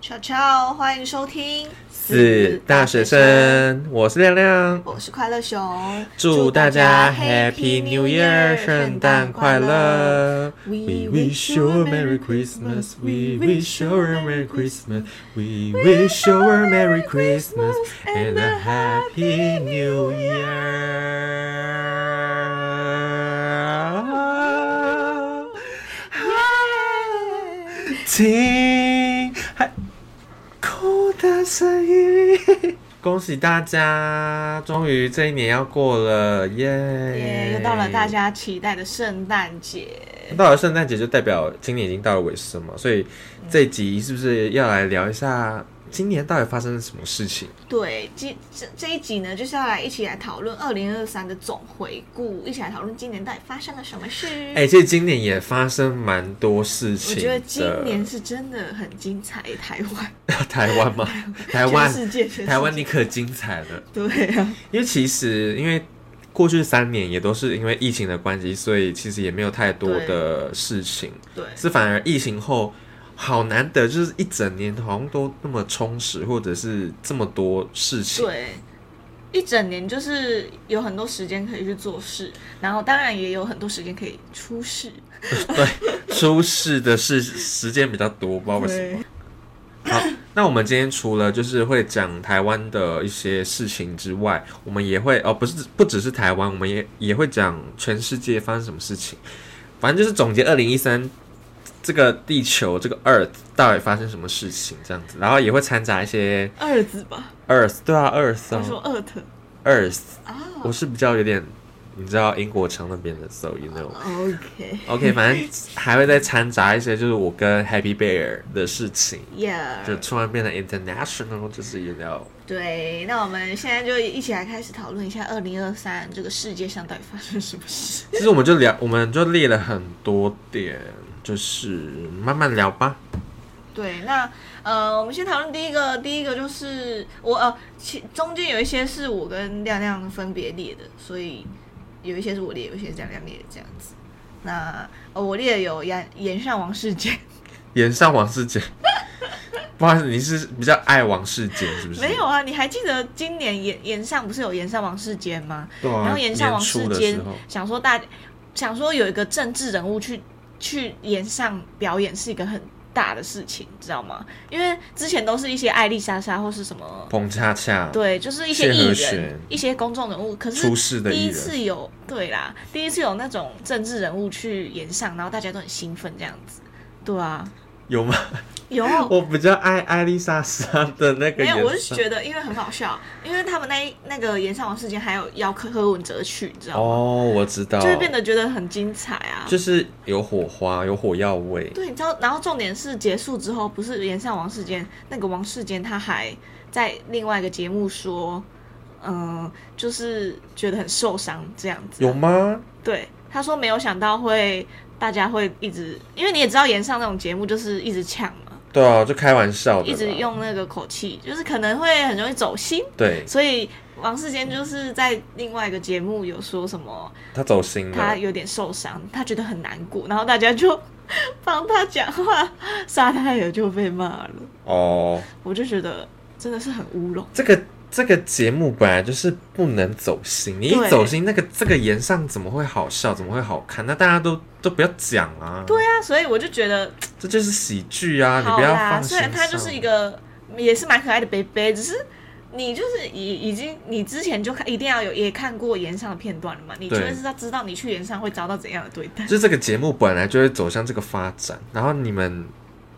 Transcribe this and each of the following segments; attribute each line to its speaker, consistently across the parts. Speaker 1: 巧巧，欢迎收听
Speaker 2: 四大学，生，我是亮亮，
Speaker 1: 我是快乐熊，
Speaker 2: 祝大家 Happy New Year，圣诞快！乐
Speaker 1: We
Speaker 2: ！We wish you a Merry Christmas, we wish you a Merry Christmas, we wish you a Merry Christmas and a Happy New Year。听海哭的声音。 恭喜大家，终于这一年要过了，耶、
Speaker 1: 耶，又到了大家期待的圣诞节。
Speaker 2: 到了圣诞节，就代表今年已经到了尾声嘛，所以这一集是不是要来聊一下今年到底发生了什么事情？
Speaker 1: 对，这这这一集呢，就是要来一起来讨论二零二三的总回顾，一起来讨论今年到底发生了什么事。
Speaker 2: 哎、其实今年也发生蛮多事
Speaker 1: 我
Speaker 2: 情的。
Speaker 1: 觉得今年是真的很精彩，台湾、
Speaker 2: 台湾吗？台 湾，
Speaker 1: 全世界、全世界
Speaker 2: 台湾，你可精彩了。
Speaker 1: 对啊，
Speaker 2: 因为其实因为过去三年也都是因为疫情的关系，所以其实也没有太多的事情，
Speaker 1: 对，
Speaker 2: 是反而疫情后好难得，就是一整年好像都那么充实，或者是这么多事情。
Speaker 1: 对，一整年就是有很多时间可以去做事，然后当然也有很多时间可以出事。
Speaker 2: 对，出事的事时间比较多，不知道为什么。好，那我们今天除了就是会讲台湾的一些事情之外，我们也会哦，不是不只是台湾，我们也也会讲全世界发生什么事情。反正就是总结二零一三这个地球这个 Earth 到底发生什么事情这样子，然后也会掺杂一些
Speaker 1: 二字吧，
Speaker 2: Earth，对啊，Earth
Speaker 1: 我
Speaker 2: 啊
Speaker 1: 说二特
Speaker 2: Earth，
Speaker 1: 啊
Speaker 2: 我是比较有点你知道英国腔那边的，so you know。
Speaker 1: ，OK，
Speaker 2: OK，反正还会再掺杂一些，就是我跟 Happy Bear 的事情，就
Speaker 1: yeah，
Speaker 2: 突然变得 international，就是也聊。
Speaker 1: 对，那我们现在就一起来开始讨论一下二零二三这个世界上到底发生什么事。
Speaker 2: 其实我们就聊，我们就列了很多点，就是慢慢聊吧。
Speaker 1: 对，那呃，我们先讨论第一个，第一个就是我呃，其中间有一些是我跟亮亮分别列的，所以有一些是我列，有一些是亮亮列的这样子。那呃，我列的有延延上王世杰，
Speaker 2: 演上王世杰， 不好意思，你是比较爱王世杰是不是？
Speaker 1: 没有，啊，你还记得今年延延上不是有延上王世坚吗？
Speaker 2: 对啊、
Speaker 1: 然后延上王世
Speaker 2: 初的
Speaker 1: 坚
Speaker 2: 时候，
Speaker 1: 想说大，想说有一个政治人物去去延上表演是一个很大的事情，知道吗？因为之前都是一些艾丽莎莎或是什么
Speaker 2: 彭恰恰，
Speaker 1: 对，就是一些
Speaker 2: 谢
Speaker 1: 艺
Speaker 2: 和
Speaker 1: 人
Speaker 2: 弦、
Speaker 1: 一些公众人物，可是
Speaker 2: 出事的
Speaker 1: 第
Speaker 2: 艺
Speaker 1: 一
Speaker 2: 人
Speaker 1: 次有对啦，第一次有那种政治人物去演上，然后大家都很兴奋这样子。对啊，
Speaker 2: 有吗？
Speaker 1: 有
Speaker 2: 我比较爱艾丽莎莎的那个
Speaker 1: 没
Speaker 2: 演
Speaker 1: 有？
Speaker 2: 上。
Speaker 1: 我是觉得因为很好笑，因为他们那一那个演上王事件还有邀柯柯文哲去，你知道吗？
Speaker 2: 哦，我知道，
Speaker 1: 啊就会变得觉得很精彩啊。
Speaker 2: 就是有火花，有火药味。
Speaker 1: 对，你啊知道，然后重点是结束之后，不是连上王世坚，那个王世坚他还在另外一个节目说，嗯、就是觉得很受伤这样子啊、
Speaker 2: 有吗？
Speaker 1: 对，他说没有想到会大家会一直，因为你也知道，延上那种节目就是一直抢嘛，
Speaker 2: 对啊，就开玩笑的啦，
Speaker 1: 一直用那个口气，就是可能会很容易走心。
Speaker 2: 对
Speaker 1: 所以王世坚就是在另外一个节目有说什么，
Speaker 2: 他走心
Speaker 1: 他
Speaker 2: 了，
Speaker 1: 有点受伤，他觉得很难过，然后大家就帮他讲话， 沙太尔就被骂了。
Speaker 2: 哦，
Speaker 1: 我就觉得真的是很乌龙，
Speaker 2: 这个这个节目本来就是不能走心，你
Speaker 1: 对
Speaker 2: 一走心，那个这个颜上怎么会好笑，怎么会好看？那大家都都不要讲啊，对
Speaker 1: 对啊，所以我就觉得
Speaker 2: 这就是喜剧啊，你
Speaker 1: 好
Speaker 2: 不要
Speaker 1: 啦，
Speaker 2: 放
Speaker 1: 虽
Speaker 2: 心
Speaker 1: 然他就
Speaker 2: 上
Speaker 1: 是一个也是蛮可爱的 baby，只是你就是已已经你之前就看一定要有也看过岩上的片段了嘛，你就
Speaker 2: 对
Speaker 1: 会知道知道你去岩上会遭到怎样的对待。
Speaker 2: 就是这个节目本来就会走向这个发展，然后你们，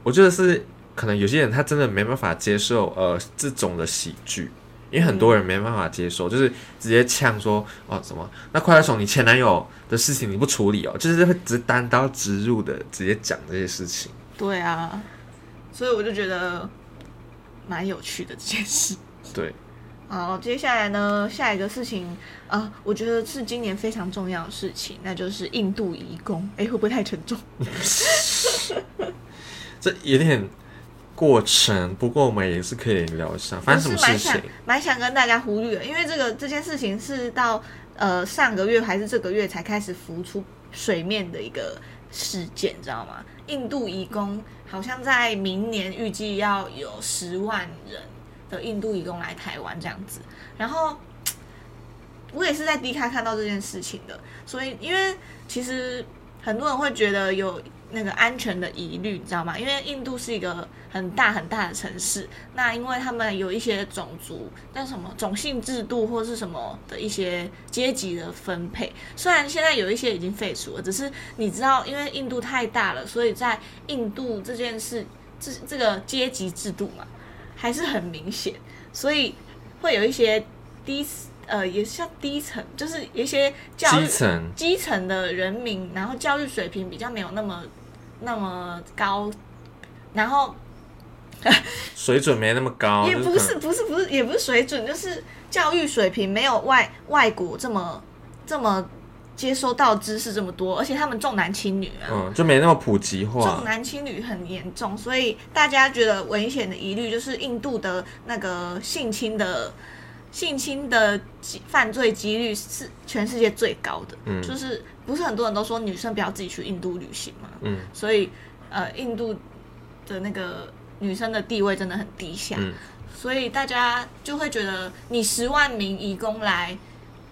Speaker 2: 我觉得是可能有些人他真的没办法接受呃这种的喜剧，因为很多人没办法接
Speaker 1: 嗯
Speaker 2: 受，就是直接呛说哦什么，那快乐熊你前男友的事情你不处理哦，就是会直单刀直入的直接讲这些事情。
Speaker 1: 对啊，所以我就觉得蛮有趣的这件事。
Speaker 2: 对，
Speaker 1: 好，接下来呢，下一个事情，呃，我觉得是今年非常重要的事情，那就是印度移工。哎、会不会太沉重？
Speaker 2: 这有点过程，不过我们也是可以聊一下，发
Speaker 1: 我
Speaker 2: 生什
Speaker 1: 是
Speaker 2: 么
Speaker 1: 蛮
Speaker 2: 事
Speaker 1: 想
Speaker 2: 情？
Speaker 1: 蛮想跟大家呼吁的，因为这个这件事情是到呃上个月还是这个月才开始浮出水面的一个事件，你知道吗？印度移工好像在明年预计要有十万人的印度移工来台湾这样子，然后。我也是在 D 咖看到这件事情的，所以因为其实很多人会觉得有那个安全的疑虑，你知道吗？因为印度是一个很大很大的城市，那因为他们有一些种族、那什么种姓制度或是什么的一些阶级的分配，虽然现在有一些已经废除了，只是你知道，因为印度太大了，所以在印度这件事，这这个阶级制度嘛，还是很明显，所以会有一些低呃，也像低层，就是有一些教育
Speaker 2: 基层
Speaker 1: 基层的人民，然后教育水平比较没有那么那么高，然后
Speaker 2: 水准没那么高，
Speaker 1: 也
Speaker 2: 哦就
Speaker 1: 不
Speaker 2: 可
Speaker 1: 是
Speaker 2: 能
Speaker 1: 不是不是也不是水准，就是教育水平没有外外国这么这么接收到知识这么多，而且他们重男轻女啊，
Speaker 2: 嗯，就没那么普及
Speaker 1: 重
Speaker 2: 化。
Speaker 1: 男轻女很严重，所以大家觉得危险的疑虑就是印度的那个性侵的性侵的几犯罪几率是全世界最高的，
Speaker 2: 嗯
Speaker 1: 就是不是很多人都说女生不要自己去印度旅行嘛，
Speaker 2: 嗯
Speaker 1: 所以呃，印度的那个女生的地位真的很低下，
Speaker 2: 嗯
Speaker 1: 所以大家就会觉得你十万名移工来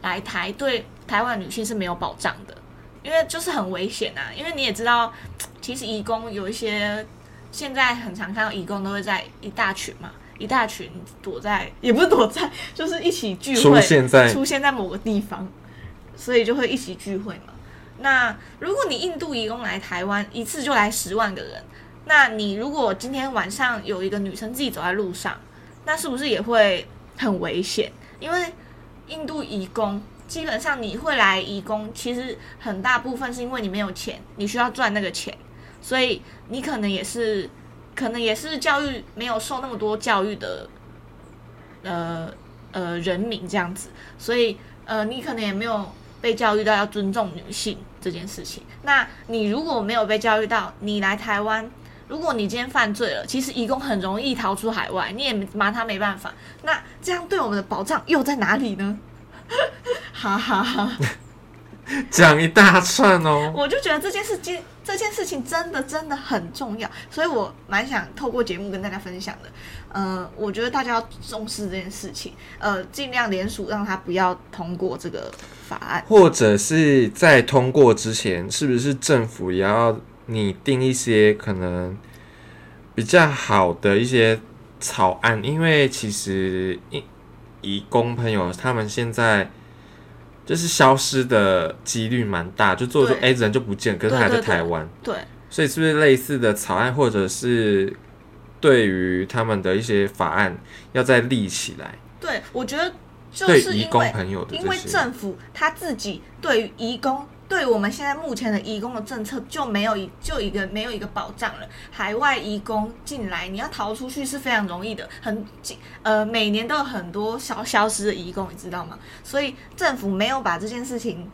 Speaker 1: 来台，对台湾女性是没有保障的，因为就是很危险啊。因为你也知道，其实移工有一些现在很常看到移工都会在一大群嘛。一大群躲在，也不是躲在，就是一起聚会，
Speaker 2: 出现在
Speaker 1: 出现在某个地方，所以就会一起聚会嘛。那如果你印度移工来台湾一次就来十万个人，那你如果今天晚上有一个女生自己走在路上，那是不是也会很危险？因为印度移工基本上你会来移工，其实很大部分是因为你没有钱，你需要赚那个钱，所以你可能也是，可能也是教育没有受那么多教育的，呃呃人民这样子，所以呃你可能也没有被教育到要尊重女性这件事情。那你如果没有被教育到，你来台湾。如果你今天犯罪了，其实移工很容易逃出海外，你也拿他没办法。那这样对我们的保障又在哪里呢？ 哈哈哈！
Speaker 2: 讲一大串哦，
Speaker 1: 我就觉得这件事情，这件事情真的真的很重要，所以我蛮想透过节目跟大家分享的。呃，我觉得大家要重视这件事情，呃，尽量联署让他不要通过这个法案。
Speaker 2: 或者是在通过之前，是不是政府也要拟定一些可能比较好的一些草案？因为其实移移工朋友他们现在。就是消失的几率蛮大，就做做
Speaker 1: 对
Speaker 2: 哎、人就不见，可是他还在
Speaker 1: 对对对
Speaker 2: 台湾，
Speaker 1: 对，
Speaker 2: 所以是不是类似的草案，或者是对于他们的一些法案，要再立起来，
Speaker 1: 对，我觉得就
Speaker 2: 对
Speaker 1: 是
Speaker 2: 移
Speaker 1: 因
Speaker 2: 工
Speaker 1: 为
Speaker 2: 朋友的
Speaker 1: 因
Speaker 2: 这
Speaker 1: 为
Speaker 2: 些，
Speaker 1: 政府他自己对于移工，对我们现在目前的移工的政策就没有一就一个没有一个保障了。海外移工进来，你要逃出去是非常容易的，很呃每年都有很多消消失的移工，你知道吗？所以政府没有把这件事情。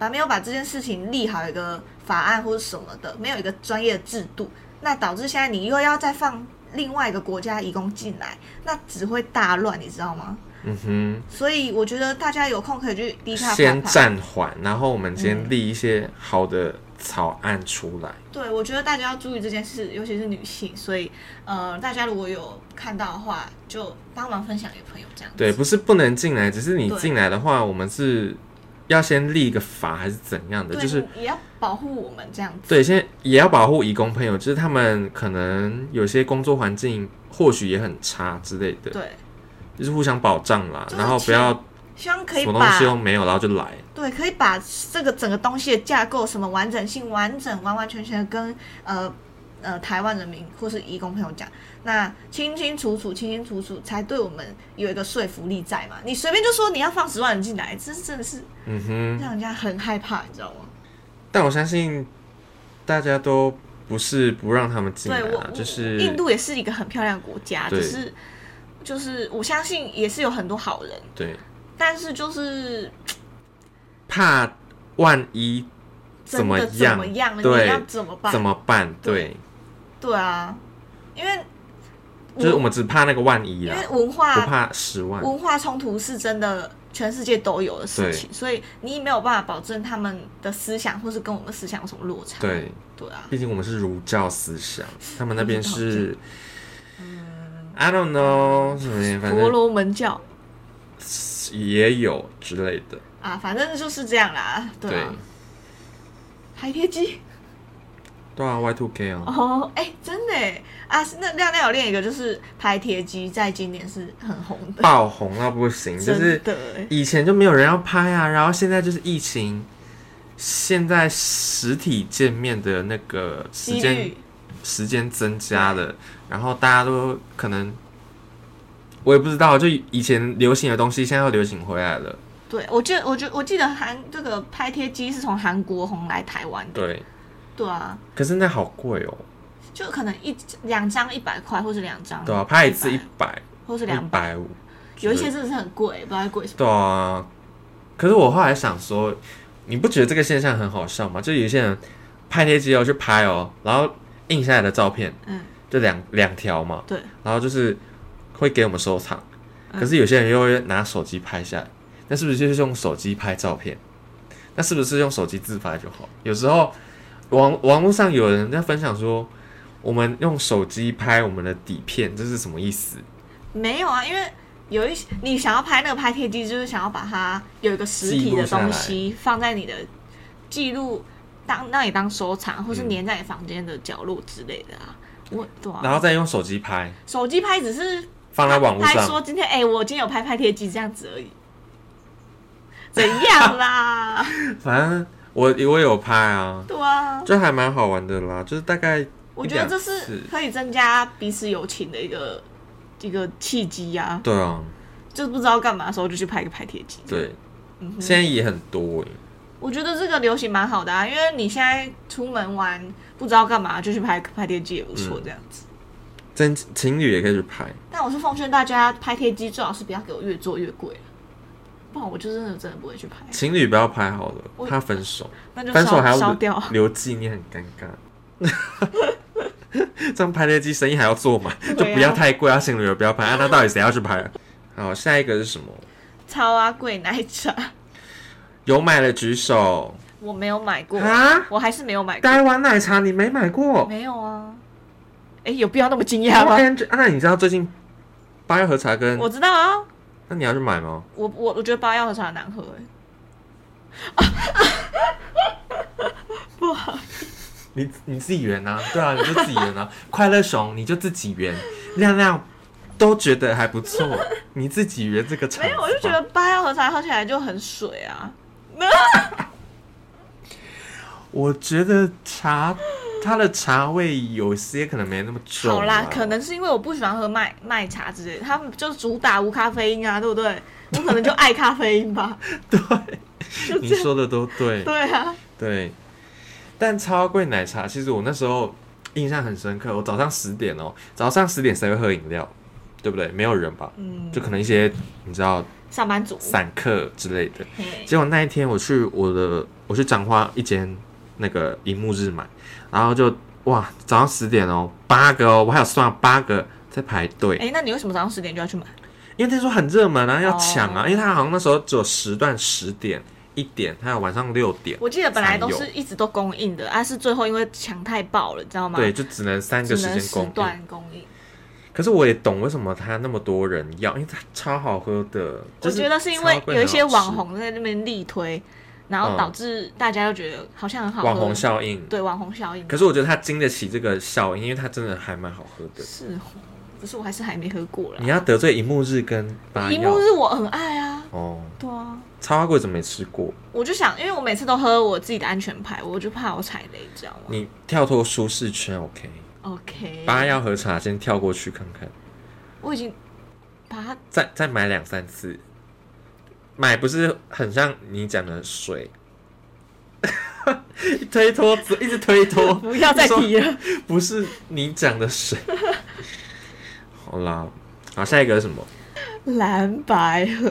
Speaker 1: 把没有把这件事情立好一个法案或者什么的，没有一个专业的制度，那导致现在你又要再放另外一个国家移工进来，那只会大乱，你知道吗？
Speaker 2: 嗯
Speaker 1: 所以我觉得大家有空可以去低
Speaker 2: 哼，
Speaker 1: 卡
Speaker 2: 先
Speaker 1: 爬爬。
Speaker 2: 暂缓，然后我们先立一些好的草案出来。
Speaker 1: 对，我觉得大家要注意这件事，尤其是女性。所以，呃，大家如果有看到的话，就帮忙分享给朋友这样子。
Speaker 2: 对，不是不能进来，只是你
Speaker 1: 对
Speaker 2: 进来的话，我们是要先立一个法还是怎样的，
Speaker 1: 对，
Speaker 2: 就是。
Speaker 1: 也要保护我们这样子。
Speaker 2: 对，现在也要保护义工朋友，就是他们可能有些工作环境或许也很差之类的，
Speaker 1: 对，
Speaker 2: 就是互相保障啦，
Speaker 1: 就是
Speaker 2: 然后不
Speaker 1: 请
Speaker 2: 要
Speaker 1: 希望可以
Speaker 2: 什么东
Speaker 1: 把
Speaker 2: 西都没有，然后就来。
Speaker 1: 对，可以把这个整个东西的架构什么完整性、完整、完完全全的跟呃呃台湾人民或是移工朋友讲，那清清楚楚、清清楚楚，才对我们有一个说服力在嘛。你随便就说你要放十万人进来，这真的是
Speaker 2: 嗯哼，
Speaker 1: 让人家很害怕，你知道吗？
Speaker 2: 但我相信大家都不是不让他们进来
Speaker 1: 对我
Speaker 2: 啦，，
Speaker 1: 我
Speaker 2: 啊就是
Speaker 1: 印度也是一个很漂亮的国家，
Speaker 2: 对
Speaker 1: 只是就是我相信也是有很多好人，
Speaker 2: 对，
Speaker 1: 但是就是
Speaker 2: 怕万一
Speaker 1: 真
Speaker 2: 么
Speaker 1: 的怎
Speaker 2: 样，
Speaker 1: 么样了，你
Speaker 2: 对
Speaker 1: 要，怎么办？
Speaker 2: 怎么办？对，
Speaker 1: 对啊，因为
Speaker 2: 就是我们只怕那个万一
Speaker 1: 因
Speaker 2: 啦，
Speaker 1: 为文
Speaker 2: 不
Speaker 1: 化
Speaker 2: 怕十万。
Speaker 1: 文化冲突是真的全世界都有的事
Speaker 2: 对
Speaker 1: 情，所以你没有办法保证他们的思想或是跟我们思想有什么落差。
Speaker 2: 对，
Speaker 1: 对啊，
Speaker 2: 毕竟我们是儒教思想，他们那边
Speaker 1: 儒
Speaker 2: 是，I 嗯 don't know 什么，反
Speaker 1: 婆
Speaker 2: 正
Speaker 1: 罗门教
Speaker 2: 也有之类的。
Speaker 1: 啊，反正就是这样啦。对
Speaker 2: 对
Speaker 1: 啊，，海贴机
Speaker 2: 对啊，Y two K 啊，
Speaker 1: 哦，哎、真的哎啊，是那亮亮有练一个就是拍贴机，在今年是很红的，
Speaker 2: 爆红到 不行，就
Speaker 1: 真
Speaker 2: 是
Speaker 1: 的哎，
Speaker 2: 以前就没有人要拍啊，然后现在就是疫情，现在实体见面的那个时
Speaker 1: 几
Speaker 2: 间
Speaker 1: 率
Speaker 2: 时间增加了，然后大家都可能，我也不知道，就以前流行的东西现在又流行回来了，
Speaker 1: 对，我记得，我觉我记得韩这个拍贴机是从韩国红来台湾的，
Speaker 2: 对，
Speaker 1: 对啊，
Speaker 2: 可是那好贵哦，
Speaker 1: 就可能一两张一百块，或是两张，
Speaker 2: 对啊，拍一次一百
Speaker 1: 或哦是两
Speaker 2: 一
Speaker 1: 百，
Speaker 2: 百五，
Speaker 1: 有一些真的是很贵，不知道在贵什么。
Speaker 2: 对啊，可是我后来想说，你不觉得这个现象很好笑吗？就有一些人拍贴机哦，去拍哦，然后印下来的照片
Speaker 1: 嗯，
Speaker 2: 就两两条嘛，
Speaker 1: 对，
Speaker 2: 然后就是会给我们收藏，
Speaker 1: 嗯
Speaker 2: 可是有些人又会拿手机拍下来，那是不是就是用手机拍照片？那是不是用手机自拍就好？有时候网网络上有人在分享说，我们用手机拍我们的底片，这是什么意思？
Speaker 1: 没有啊，因为有一些你想要拍那个拍贴机，就是想要把它有一个实
Speaker 2: 记
Speaker 1: 体
Speaker 2: 录
Speaker 1: 的
Speaker 2: 下
Speaker 1: 东
Speaker 2: 来
Speaker 1: 西放在你的记录当让你当收藏，或是
Speaker 2: 嗯
Speaker 1: 粘在你房间的角落之类的啊。我对
Speaker 2: 然
Speaker 1: 啊，
Speaker 2: 后再用手机拍，
Speaker 1: 手机拍只是
Speaker 2: 放在网络
Speaker 1: 拍
Speaker 2: 上。
Speaker 1: 说今天哎、我今天有拍拍贴机这样子而已，怎样 啦？
Speaker 2: 反正我我有拍啊，
Speaker 1: 对啊，
Speaker 2: 就还蛮好玩的啦，就是大概
Speaker 1: 我觉得这
Speaker 2: 一两
Speaker 1: 是
Speaker 2: 次
Speaker 1: 可以增加彼此友情的一个一个契机呀、啊。
Speaker 2: 对啊，
Speaker 1: 就不知道干嘛的时候就去拍个拍贴机。，
Speaker 2: 对，
Speaker 1: 嗯哼
Speaker 2: 现在也很多欸耶
Speaker 1: 我觉得这个流行蛮好的啊，因为你现在出门玩不知道干嘛就去拍拍贴机也不错，
Speaker 2: 嗯
Speaker 1: 这样子。
Speaker 2: 真情侣也可以去拍，
Speaker 1: 但我是奉劝大家，拍贴机最好是不要给我越做越贵了，不然我就真的真的不会去拍，
Speaker 2: 情侣不要拍好了，
Speaker 1: 我
Speaker 2: 怕分手，
Speaker 1: 那就
Speaker 2: 分手还
Speaker 1: 烧烧
Speaker 2: 要
Speaker 1: 掉
Speaker 2: 留。留纪念，很尴尬。 这样拍那机生意还要做嘛？就
Speaker 1: 对啊
Speaker 2: 不要太贵啊，情侣也不要拍啊。那到底谁要去拍、啊？好，下一个是什么？
Speaker 1: 超啊贵奶茶，
Speaker 2: 有买的举手
Speaker 1: 我没有买过，
Speaker 2: 啊！
Speaker 1: 我还是没有买过，
Speaker 2: 台湾奶茶你没买过？
Speaker 1: 没有啊。哎、有必要那么惊讶
Speaker 2: 哦
Speaker 1: 吗？
Speaker 2: 哎这啊那你知道最近八月和茶跟
Speaker 1: 我知道啊，
Speaker 2: 那你要去买吗？
Speaker 1: 我我我觉得八药和茶难喝哎、
Speaker 2: 你你自己圆啊，对啊，你就自己圆啊。快乐熊你就自己圆，亮亮都觉得还不错，你自己圆这个场。
Speaker 1: 没有，我就觉得八药和茶喝起来就很水啊。
Speaker 2: 我觉得茶它的茶味有些可能没那么重、啊
Speaker 1: 好啦，可能是因为我不喜欢喝麦麦茶之类的，他们就是主打无咖啡因啊，对不对？我可能就爱咖啡因 吧。
Speaker 2: 你说的都对，
Speaker 1: 对啊，
Speaker 2: 对。但超贵奶茶，其实我那时候印象很深刻。我早上十点哦、早上十点谁会喝饮料？对不对？没有人吧？
Speaker 1: 嗯，
Speaker 2: 就可能一些你知道
Speaker 1: 上班族。
Speaker 2: 散客之类的。
Speaker 1: 嘿
Speaker 2: 结果那一天我去我的我去彰化一间那个荧幕日买，然后就哇早上十点哦，八个哦，我还有算八个在排队，
Speaker 1: 哎、那你为什么早上十点就要去买？
Speaker 2: 因为听说很热门啊，要抢啊，
Speaker 1: 哦
Speaker 2: 因为它好像那时候只有时段十点、一点，还有晚上六点，
Speaker 1: 我记得本来都
Speaker 2: 才
Speaker 1: 是一直都供应的，啊，是最后因为抢太爆了，你知道吗？
Speaker 2: 对，，就只能三
Speaker 1: 只
Speaker 2: 个时
Speaker 1: 能
Speaker 2: 间
Speaker 1: 时
Speaker 2: 供应。
Speaker 1: 段供应。
Speaker 2: 可是我也懂为什么它那么多人要，因为它超好喝的。
Speaker 1: 我
Speaker 2: 就是
Speaker 1: 觉得是因
Speaker 2: 超
Speaker 1: 为
Speaker 2: 贵
Speaker 1: 有一些
Speaker 2: 很好吃
Speaker 1: 网红在那边力推，然后
Speaker 2: 嗯
Speaker 1: 导致大家都觉得好像很好喝。
Speaker 2: 网红效应，
Speaker 1: 对网红效应。
Speaker 2: 可是我觉得它经得起这个效应，因为它真的还蛮好喝的。
Speaker 1: 是哦，可是我还是还没喝过
Speaker 2: 你
Speaker 1: 啦。
Speaker 2: 要得罪荧幕日跟八
Speaker 1: 一
Speaker 2: 药
Speaker 1: 幕日我很爱啊，
Speaker 2: 哦，
Speaker 1: 对啊，
Speaker 2: 超花贵怎么没吃过？
Speaker 1: 我就想，因为我每次都喝我自己的安全牌，我就怕我踩雷，知道吗
Speaker 2: 你跳脱舒适圈，OK？
Speaker 1: ？OK，
Speaker 2: 八药和茶先跳过去看看，
Speaker 1: 我已经把它
Speaker 2: 再再买两三次。买不是很像你讲的水， 推脱子一直推 脱，
Speaker 1: 不要再
Speaker 2: 说
Speaker 1: 提了。
Speaker 2: 不是你讲的水。 好啦，好下一个是什么？
Speaker 1: 蓝白 河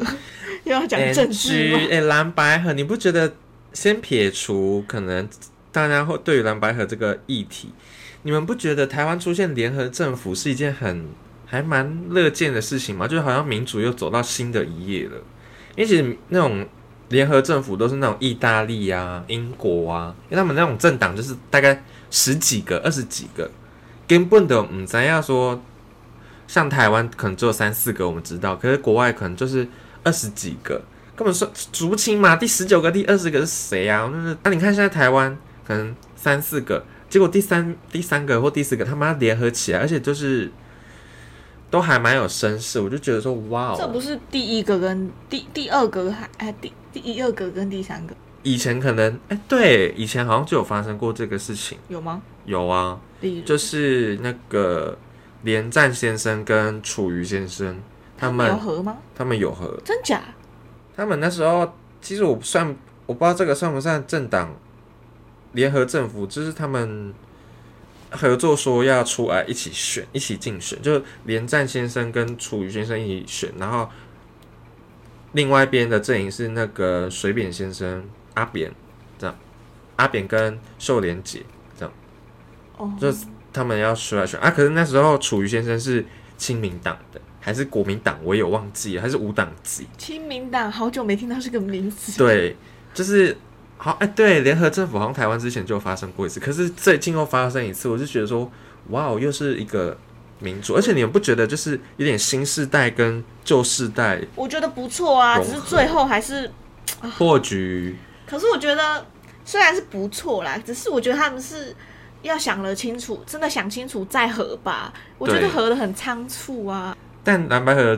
Speaker 1: 又要讲政治
Speaker 2: NG
Speaker 1: 吗？
Speaker 2: 哎，蓝白盒，你不觉得先撇除可能大家会对于蓝白盒这个议题，你们不觉得台湾出现联合政府是一件很还蛮乐见的事情嘛，就好像民主又走到新的一页了。因为其实那种联合政府都是那种意大利啊、英国啊，因为他们那种政党就是大概十几个、二十几个，根本的唔知要说，像台湾可能只有三四个我们知道，可是国外可能就是二十几个，根本说数不清嘛。第十九个、第二十个是谁啊？那是那你看现在台湾可能三四个，结果第三第三个或第四个他妈联合起来，而且就是都还蛮有声势，我就觉得说哇、哦，
Speaker 1: 这不是第一个跟第第二个还还第第一二个跟第三个
Speaker 2: 以前可能，哎、对，以前好像就有发生过这个事情。
Speaker 1: 有吗？
Speaker 2: 有啊，
Speaker 1: 例如
Speaker 2: 就是那个连战先生跟楚瑜先生，他
Speaker 1: 有
Speaker 2: 们
Speaker 1: 合吗？
Speaker 2: 他们有合，
Speaker 1: 真假？
Speaker 2: 他们那时候其实我算我不知道这个算不算政党联合政府，就是他们合作说要出来一起选，一起竞选，就是连战先生跟楚瑜先生一起选，然后另外一边的阵营是那个水扁先生阿扁这样，阿扁跟秀莲姐。
Speaker 1: 哦，
Speaker 2: 就他们要出来选啊。可是那时候楚瑜先生是亲民党的，还是国民党，我也有忘记了，还是无党籍。
Speaker 1: 亲民党好久没听到这个名字。
Speaker 2: 对，就是好哎、对，联合政府好像台湾之前就有发生过一次，可是最近又发生一次，我就觉得说，哇哦，又是一个民主，而且你们不觉得就是有点新世代跟旧世代
Speaker 1: 我觉得不错啊，
Speaker 2: 融
Speaker 1: 只
Speaker 2: 合
Speaker 1: 是最后还是，啊
Speaker 2: 破局？
Speaker 1: 可是我觉得虽然是不错啦，只是我觉得他们是要想了清楚，真的想清楚再合吧。我觉得
Speaker 2: 对
Speaker 1: 合的很仓促啊，
Speaker 2: 但蓝白河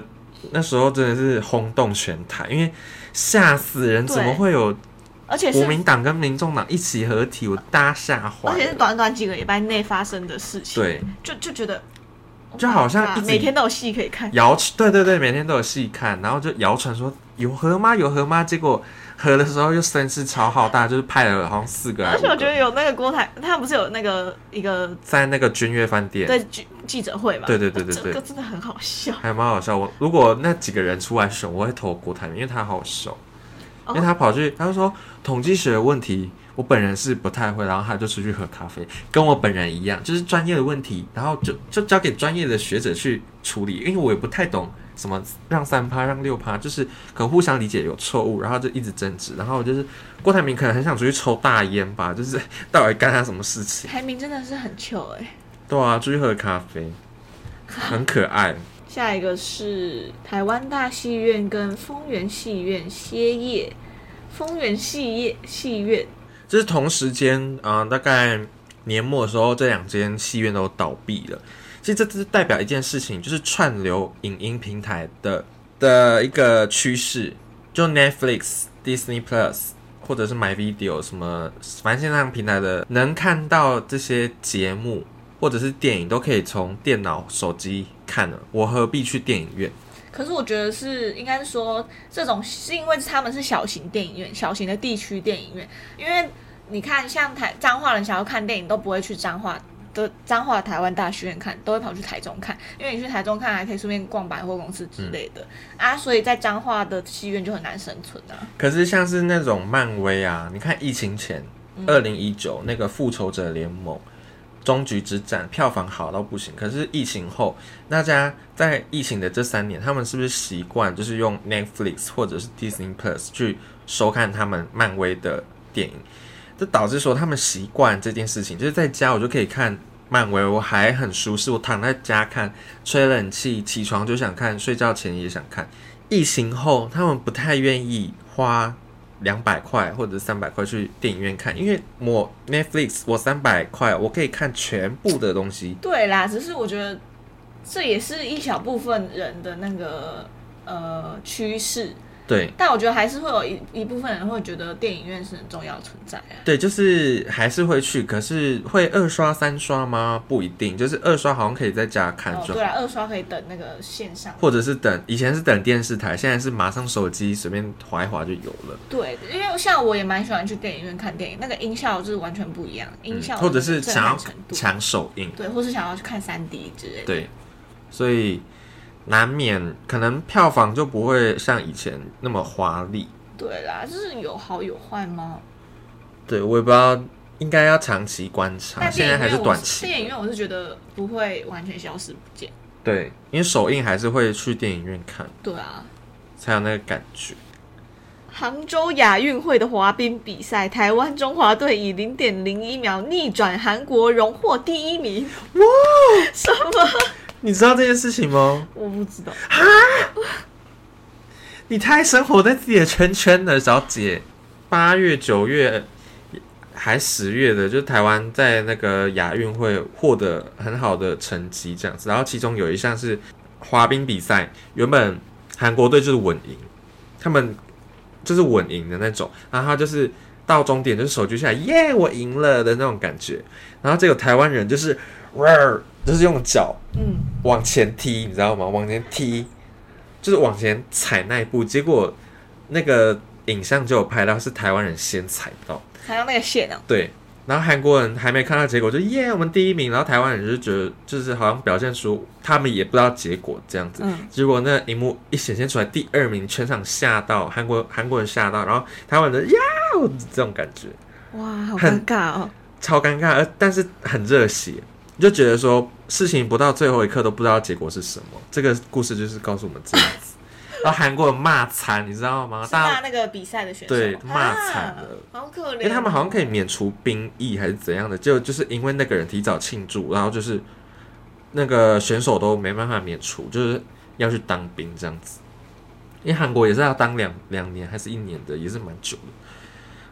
Speaker 2: 那时候真的是轰动全台，因为吓死人，
Speaker 1: 对
Speaker 2: 怎么会有
Speaker 1: 而且是
Speaker 2: 国民党跟民众党一起合体？我大吓坏了，
Speaker 1: 而且是短短几个礼拜内发生的事情，，
Speaker 2: 对。
Speaker 1: 就就觉得 Oh
Speaker 2: 就好像一直
Speaker 1: 每天都有戏可以看，
Speaker 2: 谣对对对，每天都有戏看，然后就谣传说有河吗？有河吗？结果河的时候又声势超浩大，就是派了好像四个还
Speaker 1: 而
Speaker 2: 是五
Speaker 1: 且
Speaker 2: 个，
Speaker 1: 我觉得有那个郭台，他不是有那个一个
Speaker 2: 在那个君悦饭店，
Speaker 1: 对记记者会嘛，
Speaker 2: 对对对对
Speaker 1: 这
Speaker 2: 对
Speaker 1: 个真的很好笑，
Speaker 2: 还蛮好笑。我如果那几个人出来选，我会投郭台铭，因为他好熟，因为他跑去他就说统计学的问题，我本人是不太会，然后他就出去喝咖啡，跟我本人一样，就是专业的问题，然后就就交给专业的学者去处理，因为我也不太懂什么让三趴让六趴，就是可能互相理解有错误，然后就一直争执，然后我就是郭台铭可能很想出去抽大烟吧，就是 到底干他什么事情？
Speaker 1: 排名真的是很糗哎、
Speaker 2: 对啊，出去喝咖啡，很可爱。
Speaker 1: 下一个是台湾大戏院跟丰原戏院歇业，丰原戏业戏院
Speaker 2: 就是同时间啊、呃大概年末的时候，这两间戏院都倒闭了。其实这只是代表一件事情，就是串流影音平台的的一个趋势，就 Netflix、Disney Plus 或者是 My Video 什么，反正线上平台的能看到这些节目或者是电影，都可以从电脑、手机看了。我何必去电影院？
Speaker 1: 可是我觉得是应该是说，这种是因为他们是小型电影院、小型的地区电影院，因为你看像台彰化人想要看电影都不会去彰化的彰化台湾大学院看，都会跑去台中看，因为你去台中看还可以顺便逛百货公司之类的、啊，所以在彰化的戏院就很难生存啊。
Speaker 2: 可是像是那种漫威啊，你看疫情前二零一九那个复仇者联盟。终局之战票房好到不行，可是疫情后，大家在疫情的这三年，他们是不是习惯就是用 Netflix 或者是 Disney Plus 去收看他们漫威的电影？这导致说他们习惯这件事情，就是在家我就可以看漫威，我还很舒适，我躺在家看，吹冷气，起床就想看，睡觉前也想看。疫情后，他们不太愿意花两百块或者三百块去电影院看，因为我 Netflix 我三百块我可以看全部的东西，
Speaker 1: 对啦，只是我觉得这也是一小部分人的那个呃趋势，
Speaker 2: 对
Speaker 1: 但我觉得还是会有一一部分人会觉得电影院是很重要的存在啊。
Speaker 2: 对，就是还是会去，可是会二刷三刷吗？不一定，就是二刷好像可以在家看
Speaker 1: 哦，
Speaker 2: 就好
Speaker 1: 对。啊，二刷可以等那个线上。
Speaker 2: 或者是等以前是等电视台，现在是马上手机随便划一划就有了，
Speaker 1: 对，因为像我也蛮喜欢去电影院看电影，那个音效就是完全不一样，音效、
Speaker 2: 嗯或者是想要
Speaker 1: 程度，
Speaker 2: 抢首映，
Speaker 1: 对，或是想要去看三 D 之类的。
Speaker 2: 对，所以难免可能票房就不会像以前那么华丽。
Speaker 1: 对啦，就是有好有坏吗？
Speaker 2: 对，我也不知道，应该要长期观察，
Speaker 1: 但
Speaker 2: 现
Speaker 1: 电
Speaker 2: 在
Speaker 1: 影
Speaker 2: 还
Speaker 1: 院
Speaker 2: 是
Speaker 1: 我
Speaker 2: 短
Speaker 1: 电
Speaker 2: 期。
Speaker 1: 影院我是觉得不会完全消失不见，
Speaker 2: 对，因为首映还是会去电影院看，
Speaker 1: 对啊，
Speaker 2: 才有那个感觉。
Speaker 1: 杭州亚运会的滑冰比赛，台湾中华队以零点零一秒逆转韩国，荣获第一名。 哇，什么？
Speaker 2: 你知道这件事情吗？
Speaker 1: 我不知道。
Speaker 2: 你太生活在自己的圈圈了，小姐。八月、九月还十月的，就是台湾在那个亚运会获得很好的成绩，这样子。然后其中有一项是滑冰比赛，原本韩国队就是稳赢，他们就是稳赢的那种。然后他就是到终点就是手举起来，耶，我赢了的那种感觉。然后这个台湾人就是，呃就是用脚
Speaker 1: 嗯，
Speaker 2: 往前踢，你知道吗？往前踢，就是往前踩那一步，结果那个影像就有拍到是台湾人先踩到，
Speaker 1: 还有那个线啊，
Speaker 2: 对。然后韩国人还没看到结果，就耶，我们第一名。然后台湾人就觉得，就是好像表现出他们也不知道结果这样子。
Speaker 1: 嗯
Speaker 2: 结果那荧幕一显现出来，第二名全场吓到，韩国韩国人吓到，然后台湾人就呀这种感觉。
Speaker 1: 哇，好尴
Speaker 2: 很啊
Speaker 1: 尬哦。
Speaker 2: 超尴尬，而但是很热血，你就觉得说事情不到最后一刻都不知道结果是什么。这个故事就是告诉我们这样子。然后韩国人骂惨，你知道吗？
Speaker 1: 是
Speaker 2: 大
Speaker 1: 骂
Speaker 2: 家
Speaker 1: 那个比赛的选手，
Speaker 2: 对骂
Speaker 1: 啊
Speaker 2: 惨了，
Speaker 1: 好可
Speaker 2: 因
Speaker 1: 怜。
Speaker 2: 为他们好像可以免除兵役还是怎样的，就就是因为那个人提早庆祝，然后就是那个选手都没办法免除，就是要去当兵这样子。因为韩国也是要当两两年还是一年的，也是蛮久的。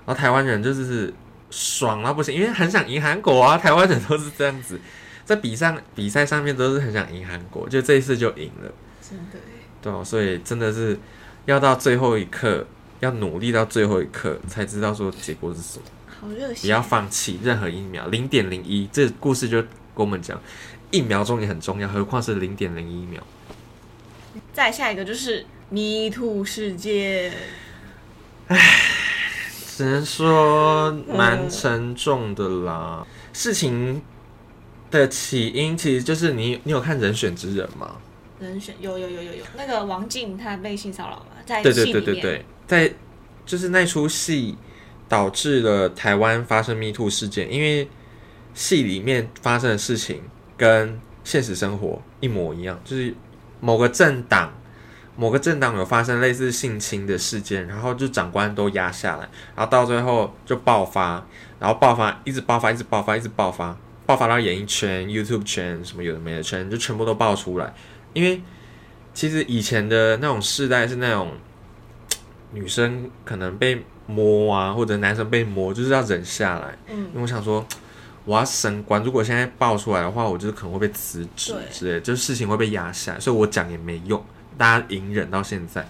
Speaker 2: 然后台湾人就是爽到不行，因为很想赢韩国啊，台湾人都是这样子，在比上比赛上面都是很想赢韩国，就这一次就赢了。
Speaker 1: 真的耶，
Speaker 2: 对哦，所以真的是要到最后一刻，要努力到最后一刻才知道说结果是什么，
Speaker 1: 好热
Speaker 2: 不
Speaker 1: 血
Speaker 2: 要。放弃任何一秒，零点零一，这故事就跟我们讲，一秒钟也很重要，何况是零点零一秒。
Speaker 1: 再下一个就是 Me Too 事件，
Speaker 2: 只能说蛮沉重的啦。事情的起因其实就是你，你有看《人选之人》吗？
Speaker 1: 人选有有有有有那个王静她被性骚扰嘛，在
Speaker 2: 对
Speaker 1: 戏里
Speaker 2: 对对对
Speaker 1: 面，
Speaker 2: 对，在就是那出戏导致了台湾发生 Me Too 事件，因为戏里面发生的事情跟现实生活一模一样，就是某个政党。某个政党有发生类似性侵的事件，然后就长官都压下来，然后到最后就爆发，然后爆发一直爆发，一直爆发，一直爆发，爆发到演艺圈、YouTube 圈什么有的没的圈，就全部都爆出来。因为其实以前的那种世代是那种女生可能被摸啊，或者男生被摸，就是要忍下来。
Speaker 1: 嗯
Speaker 2: 因为我想说，我要升官，如果现在爆出来的话，我就是可能会被辞职
Speaker 1: 对
Speaker 2: 之类的，就是事情会被压下来，所以我讲也没用，大家隐忍到现在。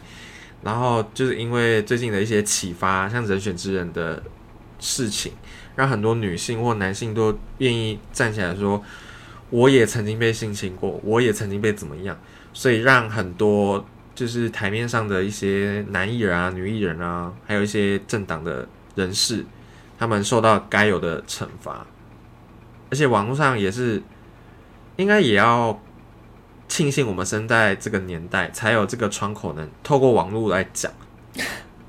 Speaker 2: 然后就是因为最近的一些启发，像人选之人的事情，让很多女性或男性都愿意站起来说，我也曾经被性侵过，我也曾经被怎么样，所以让很多就是台面上的一些男艺人啊、女艺人啊，还有一些政党的人士，他们受到该有的惩罚，而且网络上也是应该也要庆幸我们生在这个年代，才有这个窗口能透过网络来 讲。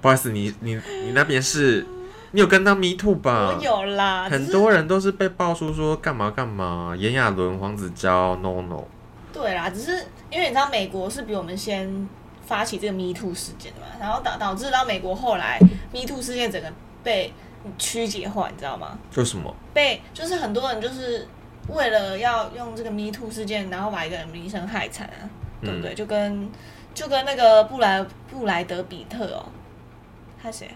Speaker 2: 不好意思，你你你那边是，你有跟到 Me Too 吧？
Speaker 1: 我有啦，只
Speaker 2: 很
Speaker 1: 是
Speaker 2: 多人都是被爆出说干嘛干嘛，炎亚纶、黄子佼，no no，
Speaker 1: 对啦，只是因为你知道美国是比我们先发起这个 Me Too 事件的嘛，然后导导致到美国后来 Me Too 事件整个被曲解化，你知道吗？
Speaker 2: 为什么？
Speaker 1: 被就是很多人就是为了要用这个 Me Too 事件，然后把一个人名声害惨啊，对不对？就跟就跟那个布莱布莱德比特哦，他谁？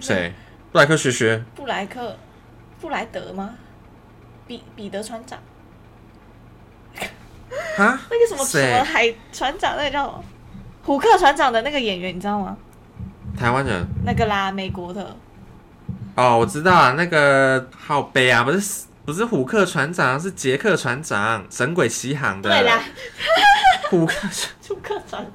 Speaker 2: 谁？布莱克学学
Speaker 1: 布莱克布莱德吗？彼彼得船长，
Speaker 2: 哈？
Speaker 1: 那个什么什
Speaker 2: 谁
Speaker 1: 么海船长，那个叫什么？虎克船长的那个演员，你知道吗？
Speaker 2: 台湾人
Speaker 1: 那个啦，美国的，
Speaker 2: 哦，我知道啊，那个浩杯啊，不是不是虎克船长，是杰克船长，神鬼奇航的。
Speaker 1: 对啦，
Speaker 2: 虎克船长，
Speaker 1: 虎克船长，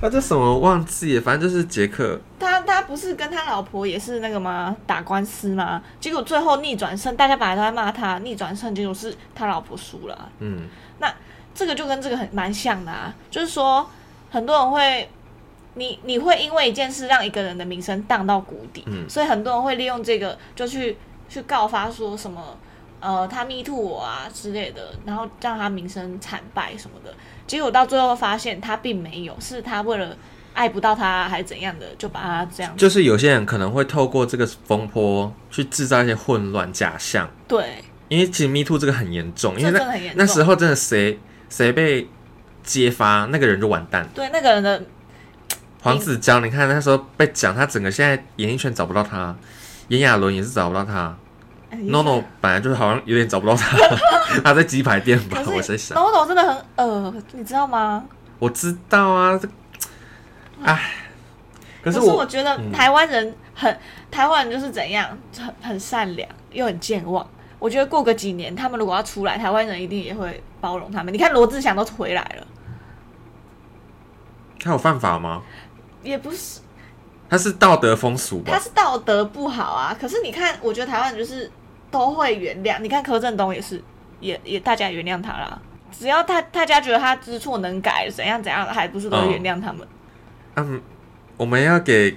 Speaker 2: 他叫什么忘记了，反正就是杰克。
Speaker 1: 他他不是跟他老婆也是那个吗？打官司吗？结果最后逆转胜，大家本来都在骂他，逆转胜结果是他老婆输了啊、
Speaker 2: 嗯，
Speaker 1: 这个就跟这个很蛮像的啊，就是说很多人会，你你会因为一件事让一个人的名声荡到谷底，
Speaker 2: 嗯
Speaker 1: 所以很多人会利用这个就去去告发说什么呃，他 me too 我啊之类的，然后让他名声惨败什么的。结果到最后发现他并没有，是他为了爱不到他还是怎样的，就把他这样
Speaker 2: 就是有些人可能会透过这个风波去制造一些混乱假象，
Speaker 1: 对
Speaker 2: 因为其实 Me Too 这个很严重，因为
Speaker 1: 这真的很
Speaker 2: 那
Speaker 1: 严重
Speaker 2: 那时候真的谁谁被揭发，那个人就完蛋。
Speaker 1: 对那个人的
Speaker 2: 黄子佼，你看那时候被讲，他整个现在演艺圈找不到他，炎亚纶也是找不到他
Speaker 1: 哎
Speaker 2: ，NONO 本来就是好像有点找不到他， 他在鸡排店吧，我
Speaker 1: 可
Speaker 2: 在
Speaker 1: 是
Speaker 2: 想，
Speaker 1: NONO 真的很呃，你知道吗？
Speaker 2: 我知道啊，这唉，可
Speaker 1: 嗯可
Speaker 2: 是
Speaker 1: 我
Speaker 2: 我嗯
Speaker 1: 觉得台湾人很、台湾人就是怎样，很很善良又很健忘。我觉得过个几年，他们如果要出来，台湾人一定也会包容他们。你看罗志祥都回来了，
Speaker 2: 他有犯法吗？
Speaker 1: 也不是
Speaker 2: 他是道德风俗
Speaker 1: 他
Speaker 2: 吧？
Speaker 1: 是道德不好啊。可是你看，我觉得台湾人就是都会原谅。你看柯震东也是，也也大家原谅他啦。只要他大家觉得他知错能改，怎样怎样，还不是都原谅他们？
Speaker 2: 嗯，我们要给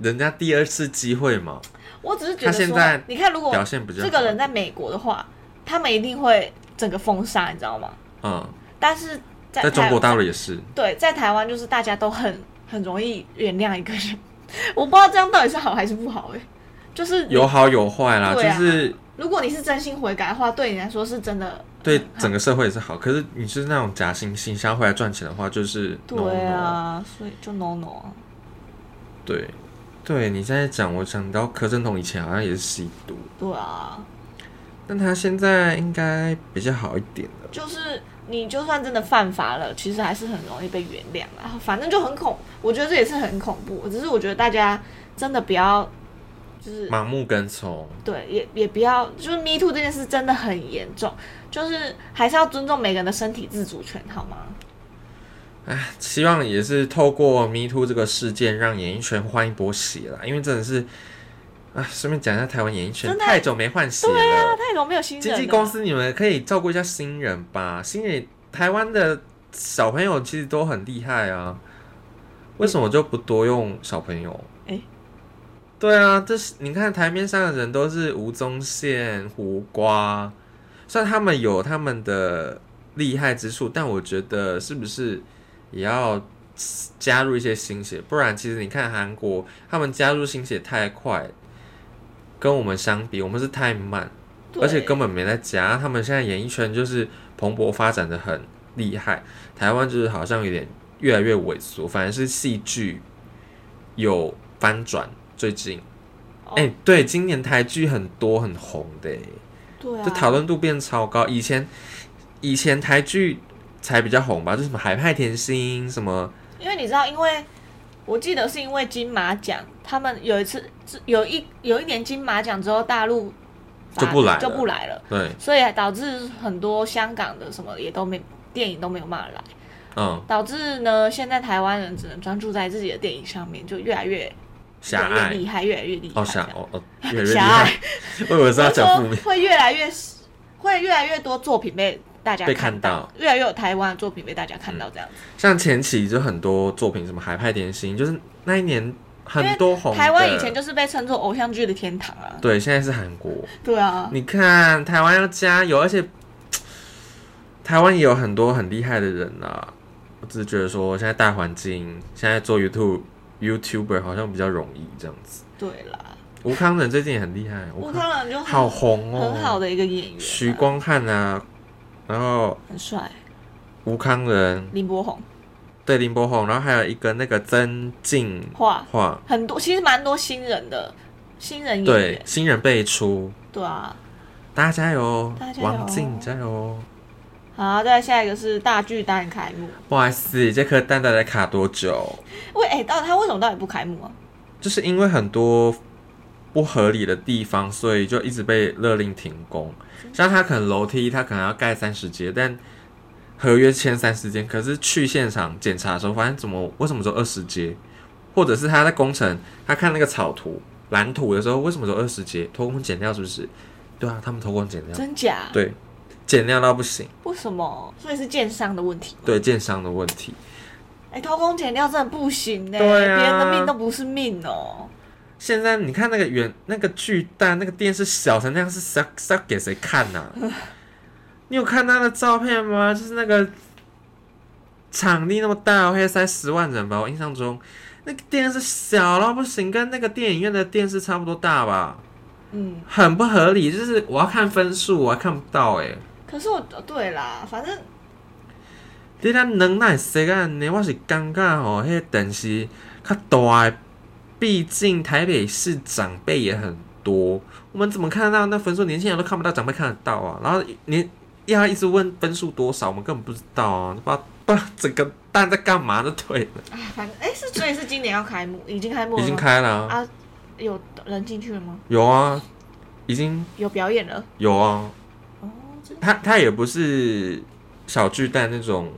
Speaker 2: 人家第二次机会嘛，
Speaker 1: 我只是觉得
Speaker 2: 他
Speaker 1: 说，
Speaker 2: 现在
Speaker 1: 你看如果
Speaker 2: 表现比较
Speaker 1: 这个人在美国的话，他们一定会整个封杀，你知道吗？
Speaker 2: 嗯，
Speaker 1: 但是在
Speaker 2: 在中国
Speaker 1: 台
Speaker 2: 大陆也是，
Speaker 1: 对，在台湾就是大家都很很容易原谅一个人， 我不知道这样到底是好还是不好哎、就是你
Speaker 2: 有啊好有坏啦，
Speaker 1: 对
Speaker 2: 就
Speaker 1: 啊
Speaker 2: 是
Speaker 1: 如果你是真心悔改的话，对你来说是真的
Speaker 2: 对整个社会也是好。可是你是那种假惺惺想要回来赚钱的话，就是
Speaker 1: 对啊，所以就 no no 啊。
Speaker 2: no-no，对对，你现在讲，我想到柯震东以前好像也是吸毒，
Speaker 1: 对啊，
Speaker 2: 但他现在应该比较好一点了。
Speaker 1: 就是你就算真的犯法了，其实还是很容易被原谅啊。反正就很恐，我觉得这也是很恐怖。只是我觉得大家真的不要，就是
Speaker 2: 盲目跟从，
Speaker 1: 对，也也不要，就是 Me Too 这件事真的很严重，就是还是要尊重每个人的身体自主权，好吗？
Speaker 2: 唉，希望也是透过 Me Too 这个事件，让演艺圈换一波血啦。因为真的是，啊，顺便讲一下台湾演艺圈，
Speaker 1: 真的
Speaker 2: 太久没换血
Speaker 1: 对啊，
Speaker 2: 了。
Speaker 1: 太久没有新人
Speaker 2: 经
Speaker 1: 了。
Speaker 2: 纪公司，你们可以照顾一下新人吧。新人，台湾的小朋友其实都很厉害啊，为什么就不多用小朋友？
Speaker 1: 诶
Speaker 2: 对啊，这是你看台面上的人都是吴宗宪、胡瓜，虽然他们有他们的厉害之处，但我觉得是不是也要加入一些新血？不然其实你看韩国，他们加入新血太快，跟我们相比，我们是太慢。
Speaker 1: 对，
Speaker 2: 而且根本没在加。他们现在演艺圈就是蓬勃发展的很厉害，台湾就是好像有点越来越萎缩，反而是戏剧有翻转。最近，
Speaker 1: 哦
Speaker 2: 哎、对，今年台剧很多很红的、欸，
Speaker 1: 对啊，
Speaker 2: 这讨论度变超高。以前以前台剧才比较红吧，就什么《海派甜心》什么，
Speaker 1: 因为你知道，因为我记得是因为金马奖，他们有一次有一有一年金马奖之后，大陆
Speaker 2: 就不来了
Speaker 1: 就不来了，
Speaker 2: 对，
Speaker 1: 所以导致很多香港的什么也都没电影都没有办法来，
Speaker 2: 嗯，
Speaker 1: 导致呢现在台湾人只能专注在自己的电影上面，就越来越越
Speaker 2: 狭
Speaker 1: 来
Speaker 2: 隘
Speaker 1: 越厉害，越来越厉害
Speaker 2: 哦，
Speaker 1: 这
Speaker 2: 狭
Speaker 1: 样。
Speaker 2: 哦哦，越来 越厉
Speaker 1: 狭
Speaker 2: 害
Speaker 1: 隘，
Speaker 2: 我以为是要
Speaker 1: 就是
Speaker 2: 讲负
Speaker 1: 说
Speaker 2: 面，
Speaker 1: 会越来越会越来越多作品被大家
Speaker 2: 被
Speaker 1: 看
Speaker 2: 看到，嗯
Speaker 1: 越来越有台湾的作品被大家看到这样子。
Speaker 2: 像前期就很多作品，什么《海派甜心》，就是那一年很多红的。
Speaker 1: 台湾以前就是被称作偶像剧的天堂啊。
Speaker 2: 对，现在是韩国。
Speaker 1: 对啊，
Speaker 2: 你看台湾要加油，而且台湾也有很多很厉害的人啊。我只是觉得说，现在大环境，现在做 YouTube YouTuber 好像比较容易这样子。
Speaker 1: 对啦，
Speaker 2: 吴康仁最近也很厉害，
Speaker 1: 吴
Speaker 2: 吴
Speaker 1: 康
Speaker 2: 康
Speaker 1: 仁就很
Speaker 2: 好红哦，
Speaker 1: 很好的一个演员啊，
Speaker 2: 徐光汉啊，然后
Speaker 1: 很帅，
Speaker 2: 吴康仁
Speaker 1: 林柏宏
Speaker 2: 对林柏宏，然后还有一个那个曾静
Speaker 1: 画
Speaker 2: 化，
Speaker 1: 很多，其实蛮多新人的新人演
Speaker 2: 对
Speaker 1: 员，。
Speaker 2: 新人辈出，
Speaker 1: 对啊，
Speaker 2: 大家加油
Speaker 1: 大家！加油
Speaker 2: 王静加油！
Speaker 1: 好，再来下一个是大巨蛋开幕。
Speaker 2: 不好意思，这颗蛋到底卡多久？
Speaker 1: 喂，哎、到底他为什么到底不开幕啊？
Speaker 2: 就是因为很多不合理的地方，所以就一直被勒令停工。像他可能楼梯，他可能要盖三十阶，但合约签三十间，可是去现场检查的时候，发现怎么为什么只有二十阶？或者是他在工程，他看那个草图蓝图的时候，为什么只有二十阶？偷工减料是不是？对啊，他们偷工减料，
Speaker 1: 真假？
Speaker 2: 对，减料到不行。
Speaker 1: 为什么？所以是建商的问题吗？
Speaker 2: 对建商的问题。
Speaker 1: 哎、偷工减料真的不行呢、
Speaker 2: 对啊
Speaker 1: 别人的命都不是命哦、
Speaker 2: 现在你看那个圆那个巨蛋那个电视小成那样是是要是要给谁看呐、你有看他的照片吗？就是那个场地那么大，可以塞十万人吧？我印象中那个电视小到不行，跟那个电影院的电视差不多大吧？
Speaker 1: 嗯，
Speaker 2: 很不合理，就是我要看分数，我还看不到哎、
Speaker 1: 可是我呃对啦，反正
Speaker 2: 你咱能耐谁干呢？我是感觉吼、迄电视较大的，毕竟台北市长辈也很多，我们怎么看得到那分数？年轻人都看不到，长辈看得到啊。然后你要一直问分数多少，我们根本不知道啊，不知道不知道整个蛋在干嘛就对了。
Speaker 1: 啊，反正哎、是所以是今年要开幕，已经开幕了
Speaker 2: 已
Speaker 1: 吗，
Speaker 2: 经开了啊、
Speaker 1: 啊，有人进去了吗？
Speaker 2: 有啊，已经
Speaker 1: 有表演了
Speaker 2: 有啊。
Speaker 1: 哦，真
Speaker 2: 他他也不是小巨蛋那种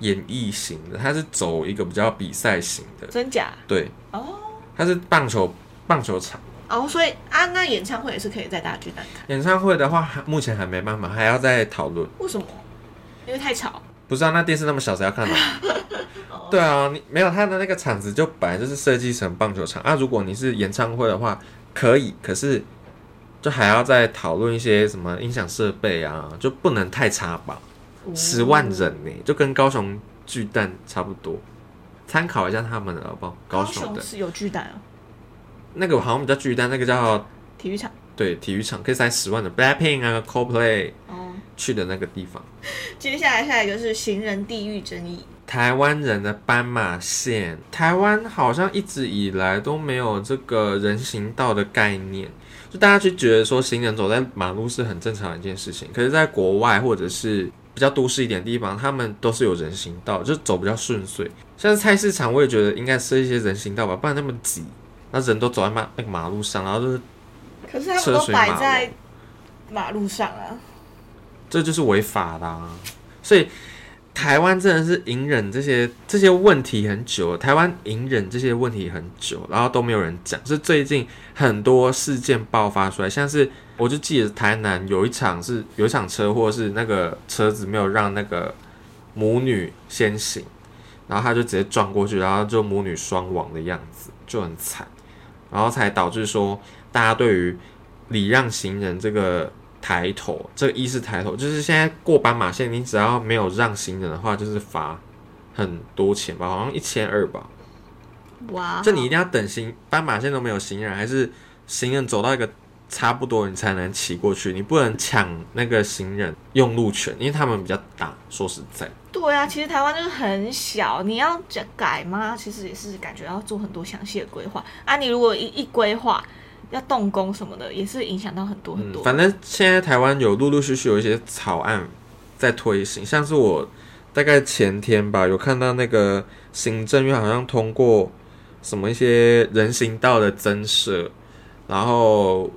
Speaker 2: 演绎型的，他是走一个比较比赛型的，
Speaker 1: 真假
Speaker 2: 对。
Speaker 1: 哦
Speaker 2: 它是棒球棒球场。
Speaker 1: 哦，所以啊，那演唱会也是可以在大巨蛋看，
Speaker 2: 演唱会的话，还目前还没办法，还要再讨论。
Speaker 1: 为什么？因为太吵。
Speaker 2: 不知道那电视那么小，谁要看呢？ 对啊，你没有它的那个场子就本来就是设计成棒球场啊。如果你是演唱会的话，可以，可是就还要再讨论一些什么音响设备啊，就不能太差吧。嗯十万
Speaker 1: 哦
Speaker 2: 人呢、就跟高雄巨蛋差不多。参考一下他们的好不好？
Speaker 1: 高
Speaker 2: 高雄的
Speaker 1: 是有巨蛋哦，
Speaker 2: 那个好像比较巨蛋，那个叫
Speaker 1: 体育场
Speaker 2: 对体育场，可以塞十万的 Blackpink 啊，Coldplay。
Speaker 1: 哦。
Speaker 2: 去的那个地方。
Speaker 1: 接下来下一个是行人地狱争议，
Speaker 2: 台湾人的斑马线，台湾好像一直以来都没有这个人行道的概念，就大家就觉得说行人走在马路是很正常的一件事情。可是，在国外或者是比较都市一点的地方，他们都是有人行道，就走比较顺遂。像是菜市场，我也觉得应该设一些人行道吧，不然那么挤，那人都走在马那个马路上，然后就是
Speaker 1: 可是他们都
Speaker 2: 车水马
Speaker 1: 摆
Speaker 2: 龙
Speaker 1: 在马路上啊。
Speaker 2: 这就是违法啦、所以台湾真的是隐忍这些这些问题很久了，台湾隐忍这些问题很久，然后都没有人讲。是最近很多事件爆发出来，像是我就记得台南有一场是有一场车祸，是那个车子没有让那个母女先行，然后他就直接撞过去，然后就母女双亡的样子，就很惨，然后才导致说大家对于礼让行人这个抬头，这个一是抬头，就是现在过斑马线，你只要没有让行人的话，就是罚很多钱吧，好像一千二吧。
Speaker 1: 哇
Speaker 2: 就你一定要等行斑马线都没有行人，还是行人走到一个差不多，你才能骑过去，你不能抢那个行人用路权，因为他们比较大。说实在，
Speaker 1: 对啊，其实台湾就是很小，你要改改吗？其实也是感觉要做很多详细的规划啊。你如果一一规划，要动工什么的，也是影响到很多很
Speaker 2: 嗯，
Speaker 1: 多。
Speaker 2: 反正现在台湾有陆陆续续有一些草案在推行，像是我大概前天吧，有看到那个行政院好像通过什么一些人行道的增设，然后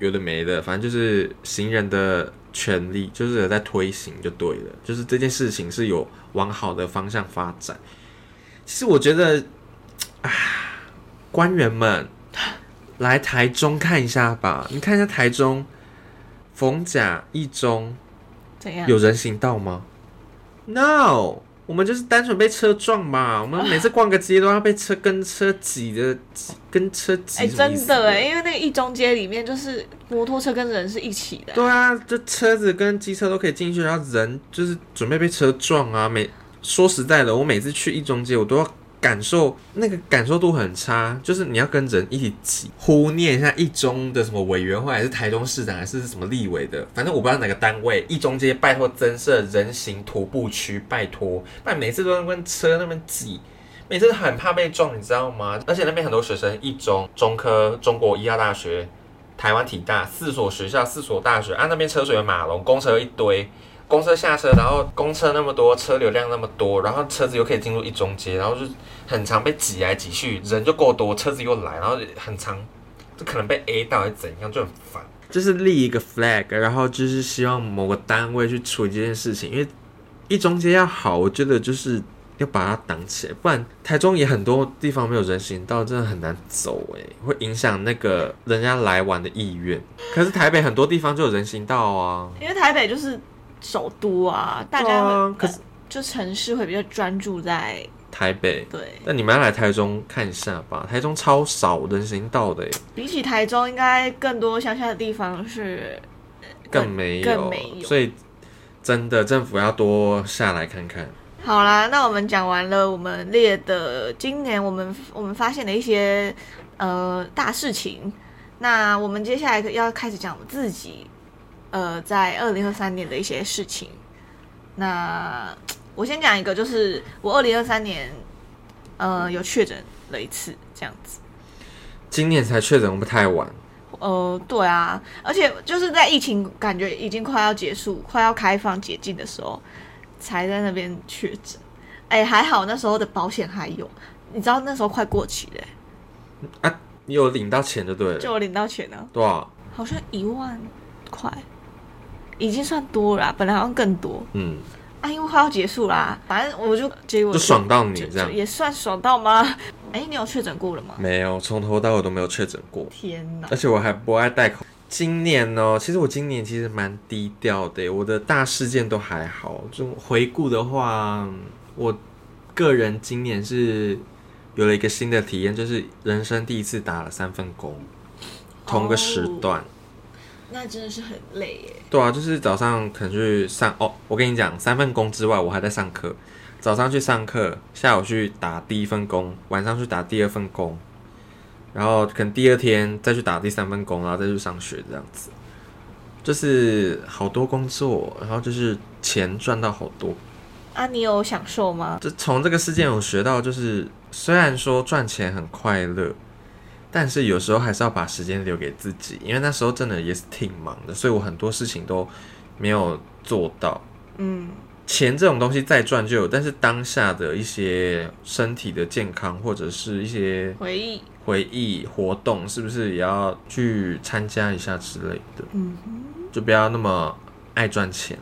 Speaker 2: 有的没的，反正就是行人的权利，就是有在推行就对了，就是这件事情是有往好的方向发展。其实我觉得，啊，官员们来台中看一下吧，你看一下台中。逢甲一中
Speaker 1: 怎样？
Speaker 2: 有人行道吗？No，我们就是单纯被车撞嘛。我们每次逛个街都要被车跟车挤的，挤跟车
Speaker 1: 哎、
Speaker 2: 挤什么意
Speaker 1: 真
Speaker 2: 思啊。
Speaker 1: 的哎、因为那个一中街里面就是摩托车跟人是一起的，
Speaker 2: 对啊，这车子跟机车都可以进去，然后人就是准备被车撞啊。每说实在的，我每次去一中街，我都要感受那个感受度很差，就是你要跟人一起挤，呼念一下一中的什么委员会，还是台中市长，还是什么立委的，反正我不知道哪个单位。一中街拜托增设人行徒步区，拜托，不然每次都要跟车那边挤。每次很怕被撞，你知道吗？而且那边很多学生，一中、中科、中国医药大学、台湾体大四所学校、四所大学，啊，那边车水马龙，公车一堆，公车下车，然后公车那么多，车流量那么多，然后车子又可以进入一中街，然后就很常被挤来挤去，人就够多，车子又来，然后很常就可能被 A 到，还是怎样，就很烦。就是立一个 flag，然后就是希望某个单位去处理这件事情，因为一中街要好，我觉得就是要把它挡起来，不然台中也很多地方没有人行道，真的很难走诶，会影响那个人家来玩的意愿。可是台北很多地方就有人行道啊，
Speaker 1: 因为台北就是首都啊，大
Speaker 2: 对
Speaker 1: 家会、呃
Speaker 2: 啊可是
Speaker 1: 就城市会比较专注在
Speaker 2: 台北。
Speaker 1: 对，
Speaker 2: 但你们要来台中看一下吧，台中超少人行道的耶，欸
Speaker 1: 比起台中，应该更多乡下的地方是
Speaker 2: 更没有，
Speaker 1: 更没有
Speaker 2: 所以真的政府要多下来看看。
Speaker 1: 好啦，那我们讲完了我们列的今年我们我们发现的一些呃大事情，那我们接下来要开始讲我们自己呃在二零二三年的一些事情。那我先讲一个，就是我二零二三年呃有确诊了一次，这样子。
Speaker 2: 今年才确诊，会不会太晚？
Speaker 1: 呃，对啊，而且就是在疫情感觉已经快要结束、快要开放解禁的时候，才在那边确诊。哎、还好那时候的保险还有，你知道那时候快过期嘞、
Speaker 2: 你有领到钱就对了，啊
Speaker 1: 就我领到钱呢，
Speaker 2: 多少？
Speaker 1: 好像一万块，已经算多了啊、本来好像更多
Speaker 2: 嗯，
Speaker 1: 啊，因为快要结束啦，反正我就结果
Speaker 2: 就爽到你
Speaker 1: 就
Speaker 2: 这样
Speaker 1: 就。也算爽到吗？哎、你有确诊过了吗？
Speaker 2: 没有，从头到尾都没有确诊过，
Speaker 1: 天哪
Speaker 2: 而！且我还不爱戴口。今年呢、其实我今年其实蛮低调的耶，我的大事件都还好。就回顾的话，我个人今年是有了一个新的体验，就是人生第一次打了三份工，同个时段。
Speaker 1: 那真的是很累耶。
Speaker 2: 对啊，就是早上可能去上哦，我跟你讲，三份工之外，我还在上课。早上去上课，下午去打第一份工，晚上去打第二份工，然后可能第二天再去打第三份工，然后再去上学这样子。就是好多工作，然后就是钱赚到好多。
Speaker 1: 啊，你有享受吗？
Speaker 2: 就从这个事件我学到，就是虽然说赚钱很快乐，但是有时候还是要把时间留给自己，因为那时候真的也是挺忙的，所以我很多事情都没有做到。
Speaker 1: 嗯。
Speaker 2: 钱这种东西再赚就有，但是当下的一些身体的健康或者是一些
Speaker 1: 回忆，
Speaker 2: 回忆活动，是不是也要去参加一下之类的？
Speaker 1: 嗯，
Speaker 2: 就不要那么爱赚钱，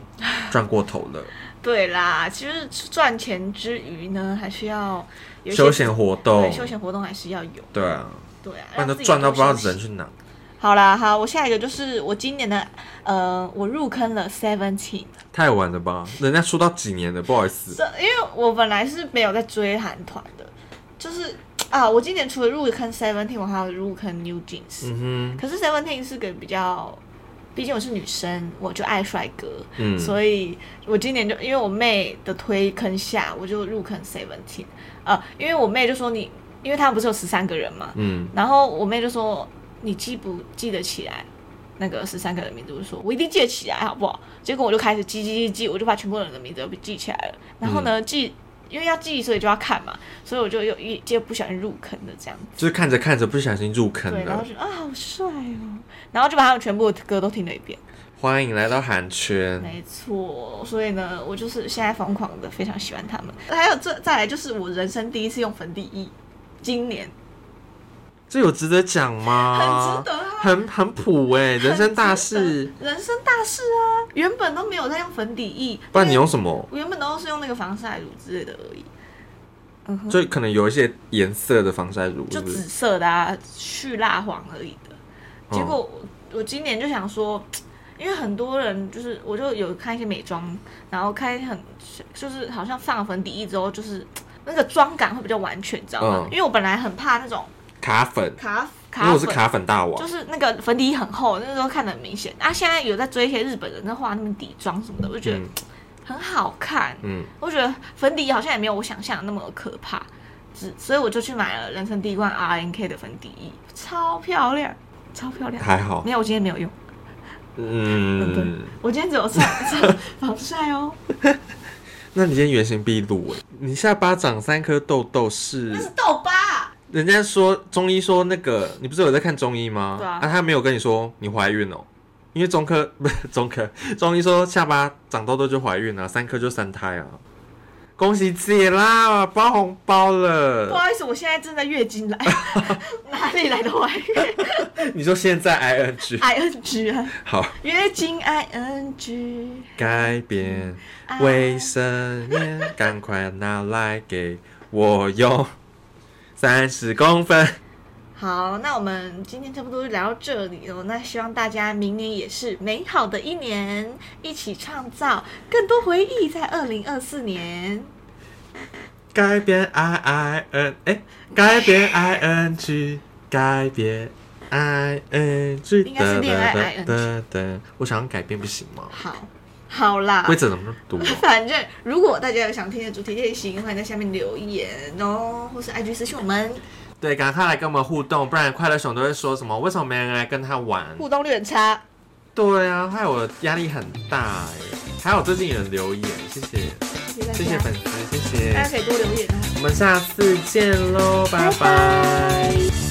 Speaker 2: 赚过头了。
Speaker 1: 对啦，其实赚钱之余呢，还是要 有一些
Speaker 2: 休闲活动
Speaker 1: 对，休闲活动还是要有，
Speaker 2: 对啊，
Speaker 1: 对啊，
Speaker 2: 不然都
Speaker 1: 让自己
Speaker 2: 赚到不知道
Speaker 1: 多休息
Speaker 2: 人去哪。
Speaker 1: 好啦，好，我下一个就是我今年的，呃，我入坑了 Seventeen，
Speaker 2: 太晚了吧？人家出道几年了，不好意思。
Speaker 1: 这因为我本来是没有在追韩团的，就是啊，我今年除了入坑 Seventeen，我还有入坑 New Jeans，、
Speaker 2: 嗯哼，
Speaker 1: 可是 Seventeen 是个比较，毕竟我是女生，我就爱帅哥，
Speaker 2: 嗯，
Speaker 1: 所以我今年就因为我妹的推坑下，我就入坑 Seventeen。呃，因为我妹就说你，因为她不是有十三个人嘛，
Speaker 2: 嗯，
Speaker 1: 然后我妹就说你记不记得起来那个十三个人的名字？我就说我一定记得起来，好不好？结果我就开始记记记记，我就把全部人的名字都记起来了。然后呢，记因为要记，所以就要看嘛，所以我就有一就不小心入坑的这样子。
Speaker 2: 就是看着看着不小心入坑
Speaker 1: 对，然后
Speaker 2: 了。
Speaker 1: 就啊好帅哦，然后就把他们全部的歌都听了一遍。
Speaker 2: 欢迎来到韩圈，
Speaker 1: 没错，所以呢，我就是现在疯狂的非常喜欢他们。还有这再来就是我人生第一次用粉底液，今年
Speaker 2: 这有值得讲吗
Speaker 1: 很值？得啊，
Speaker 2: 很很普哎、人生大事。
Speaker 1: 人生大事啊！原本都没有在用粉底液，
Speaker 2: 不然你用什么？
Speaker 1: 我原本都是用那个防晒乳之类的而已，
Speaker 2: 就可能有一些颜色的防晒乳，
Speaker 1: 就是
Speaker 2: 不
Speaker 1: 紫
Speaker 2: 是？
Speaker 1: 色的啊，去蜡黄而已的。
Speaker 2: 嗯
Speaker 1: 结
Speaker 2: 哦
Speaker 1: 果我我今年就想说，因为很多人就是，我就有看一些美妆，然后看很就是好像放了粉底液之后，就是那个妆感会比较完全，你知道吗？
Speaker 2: 嗯
Speaker 1: 因为我本来很怕那种
Speaker 2: 卡粉，
Speaker 1: 卡
Speaker 2: 因为
Speaker 1: 卡
Speaker 2: 我是
Speaker 1: 粉，
Speaker 2: 卡粉大
Speaker 1: 就
Speaker 2: 王。
Speaker 1: 是那个粉底液很厚，那时候看得很明显。啊，现在有在追一些日本人在画那种底妆什么的，我就觉得
Speaker 2: 嗯
Speaker 1: 很好看。
Speaker 2: 嗯，
Speaker 1: 我觉得粉底液好像也没有我想象的那么可怕，只所以我就去买了人生第一罐 R N K 的粉底液，超漂亮，超漂亮。
Speaker 2: 还好
Speaker 1: 没。有，我今天没有用，
Speaker 2: 嗯，
Speaker 1: 我今天只有擦擦防晒哦，
Speaker 2: 那你今天原形毕露哎、你下巴长三颗痘痘是
Speaker 1: 那是痘疤。
Speaker 2: 人家说中医说那个，你不是有在看中医吗？
Speaker 1: 对啊
Speaker 2: 他没有跟你说你怀孕哦，因为中科 不是中科，中医说下巴长痘痘就怀孕了、三颗就三胎啊。恭喜姐啦，包红包
Speaker 1: 不
Speaker 2: 了！
Speaker 1: 好意思，我现在正在月经来，哪里来的怀孕
Speaker 2: 你说现在 I N G
Speaker 1: ？I N G 啊，
Speaker 2: 好
Speaker 1: 月经 I N G。
Speaker 2: 改变
Speaker 1: 啊
Speaker 2: 卫生棉，赶快拿来给我用，三十公分。
Speaker 1: 好，那我们今天差不多就聊到这里了。那希望大家明年也是美好的一年，一起创造更多回忆，在二零二四年。
Speaker 2: 改变 I I N，哎，改变 I N G，改变 I N G，
Speaker 1: 应该是恋爱 ING
Speaker 2: 噔，我想要改变不行吗？
Speaker 1: 好，好啦
Speaker 2: 规。则怎么读啊？
Speaker 1: 反正如果大家有想听的主题类型，欢迎在下面留言哦，或是 IG 私信我们，
Speaker 2: 对，赶快来跟我们互动，不然快乐熊都会说什么？为什么没人来跟他玩？
Speaker 1: 互动率很差。
Speaker 2: 对啊，害我压力很大哎。还有最近有人留言，谢谢，
Speaker 1: 谢谢大
Speaker 2: 谢谢
Speaker 1: 家，
Speaker 2: 粉丝，谢
Speaker 1: 大家。可
Speaker 2: 谢
Speaker 1: 以多留言啊。
Speaker 2: 我们下次见喽，拜
Speaker 1: 拜
Speaker 2: 拜
Speaker 1: 拜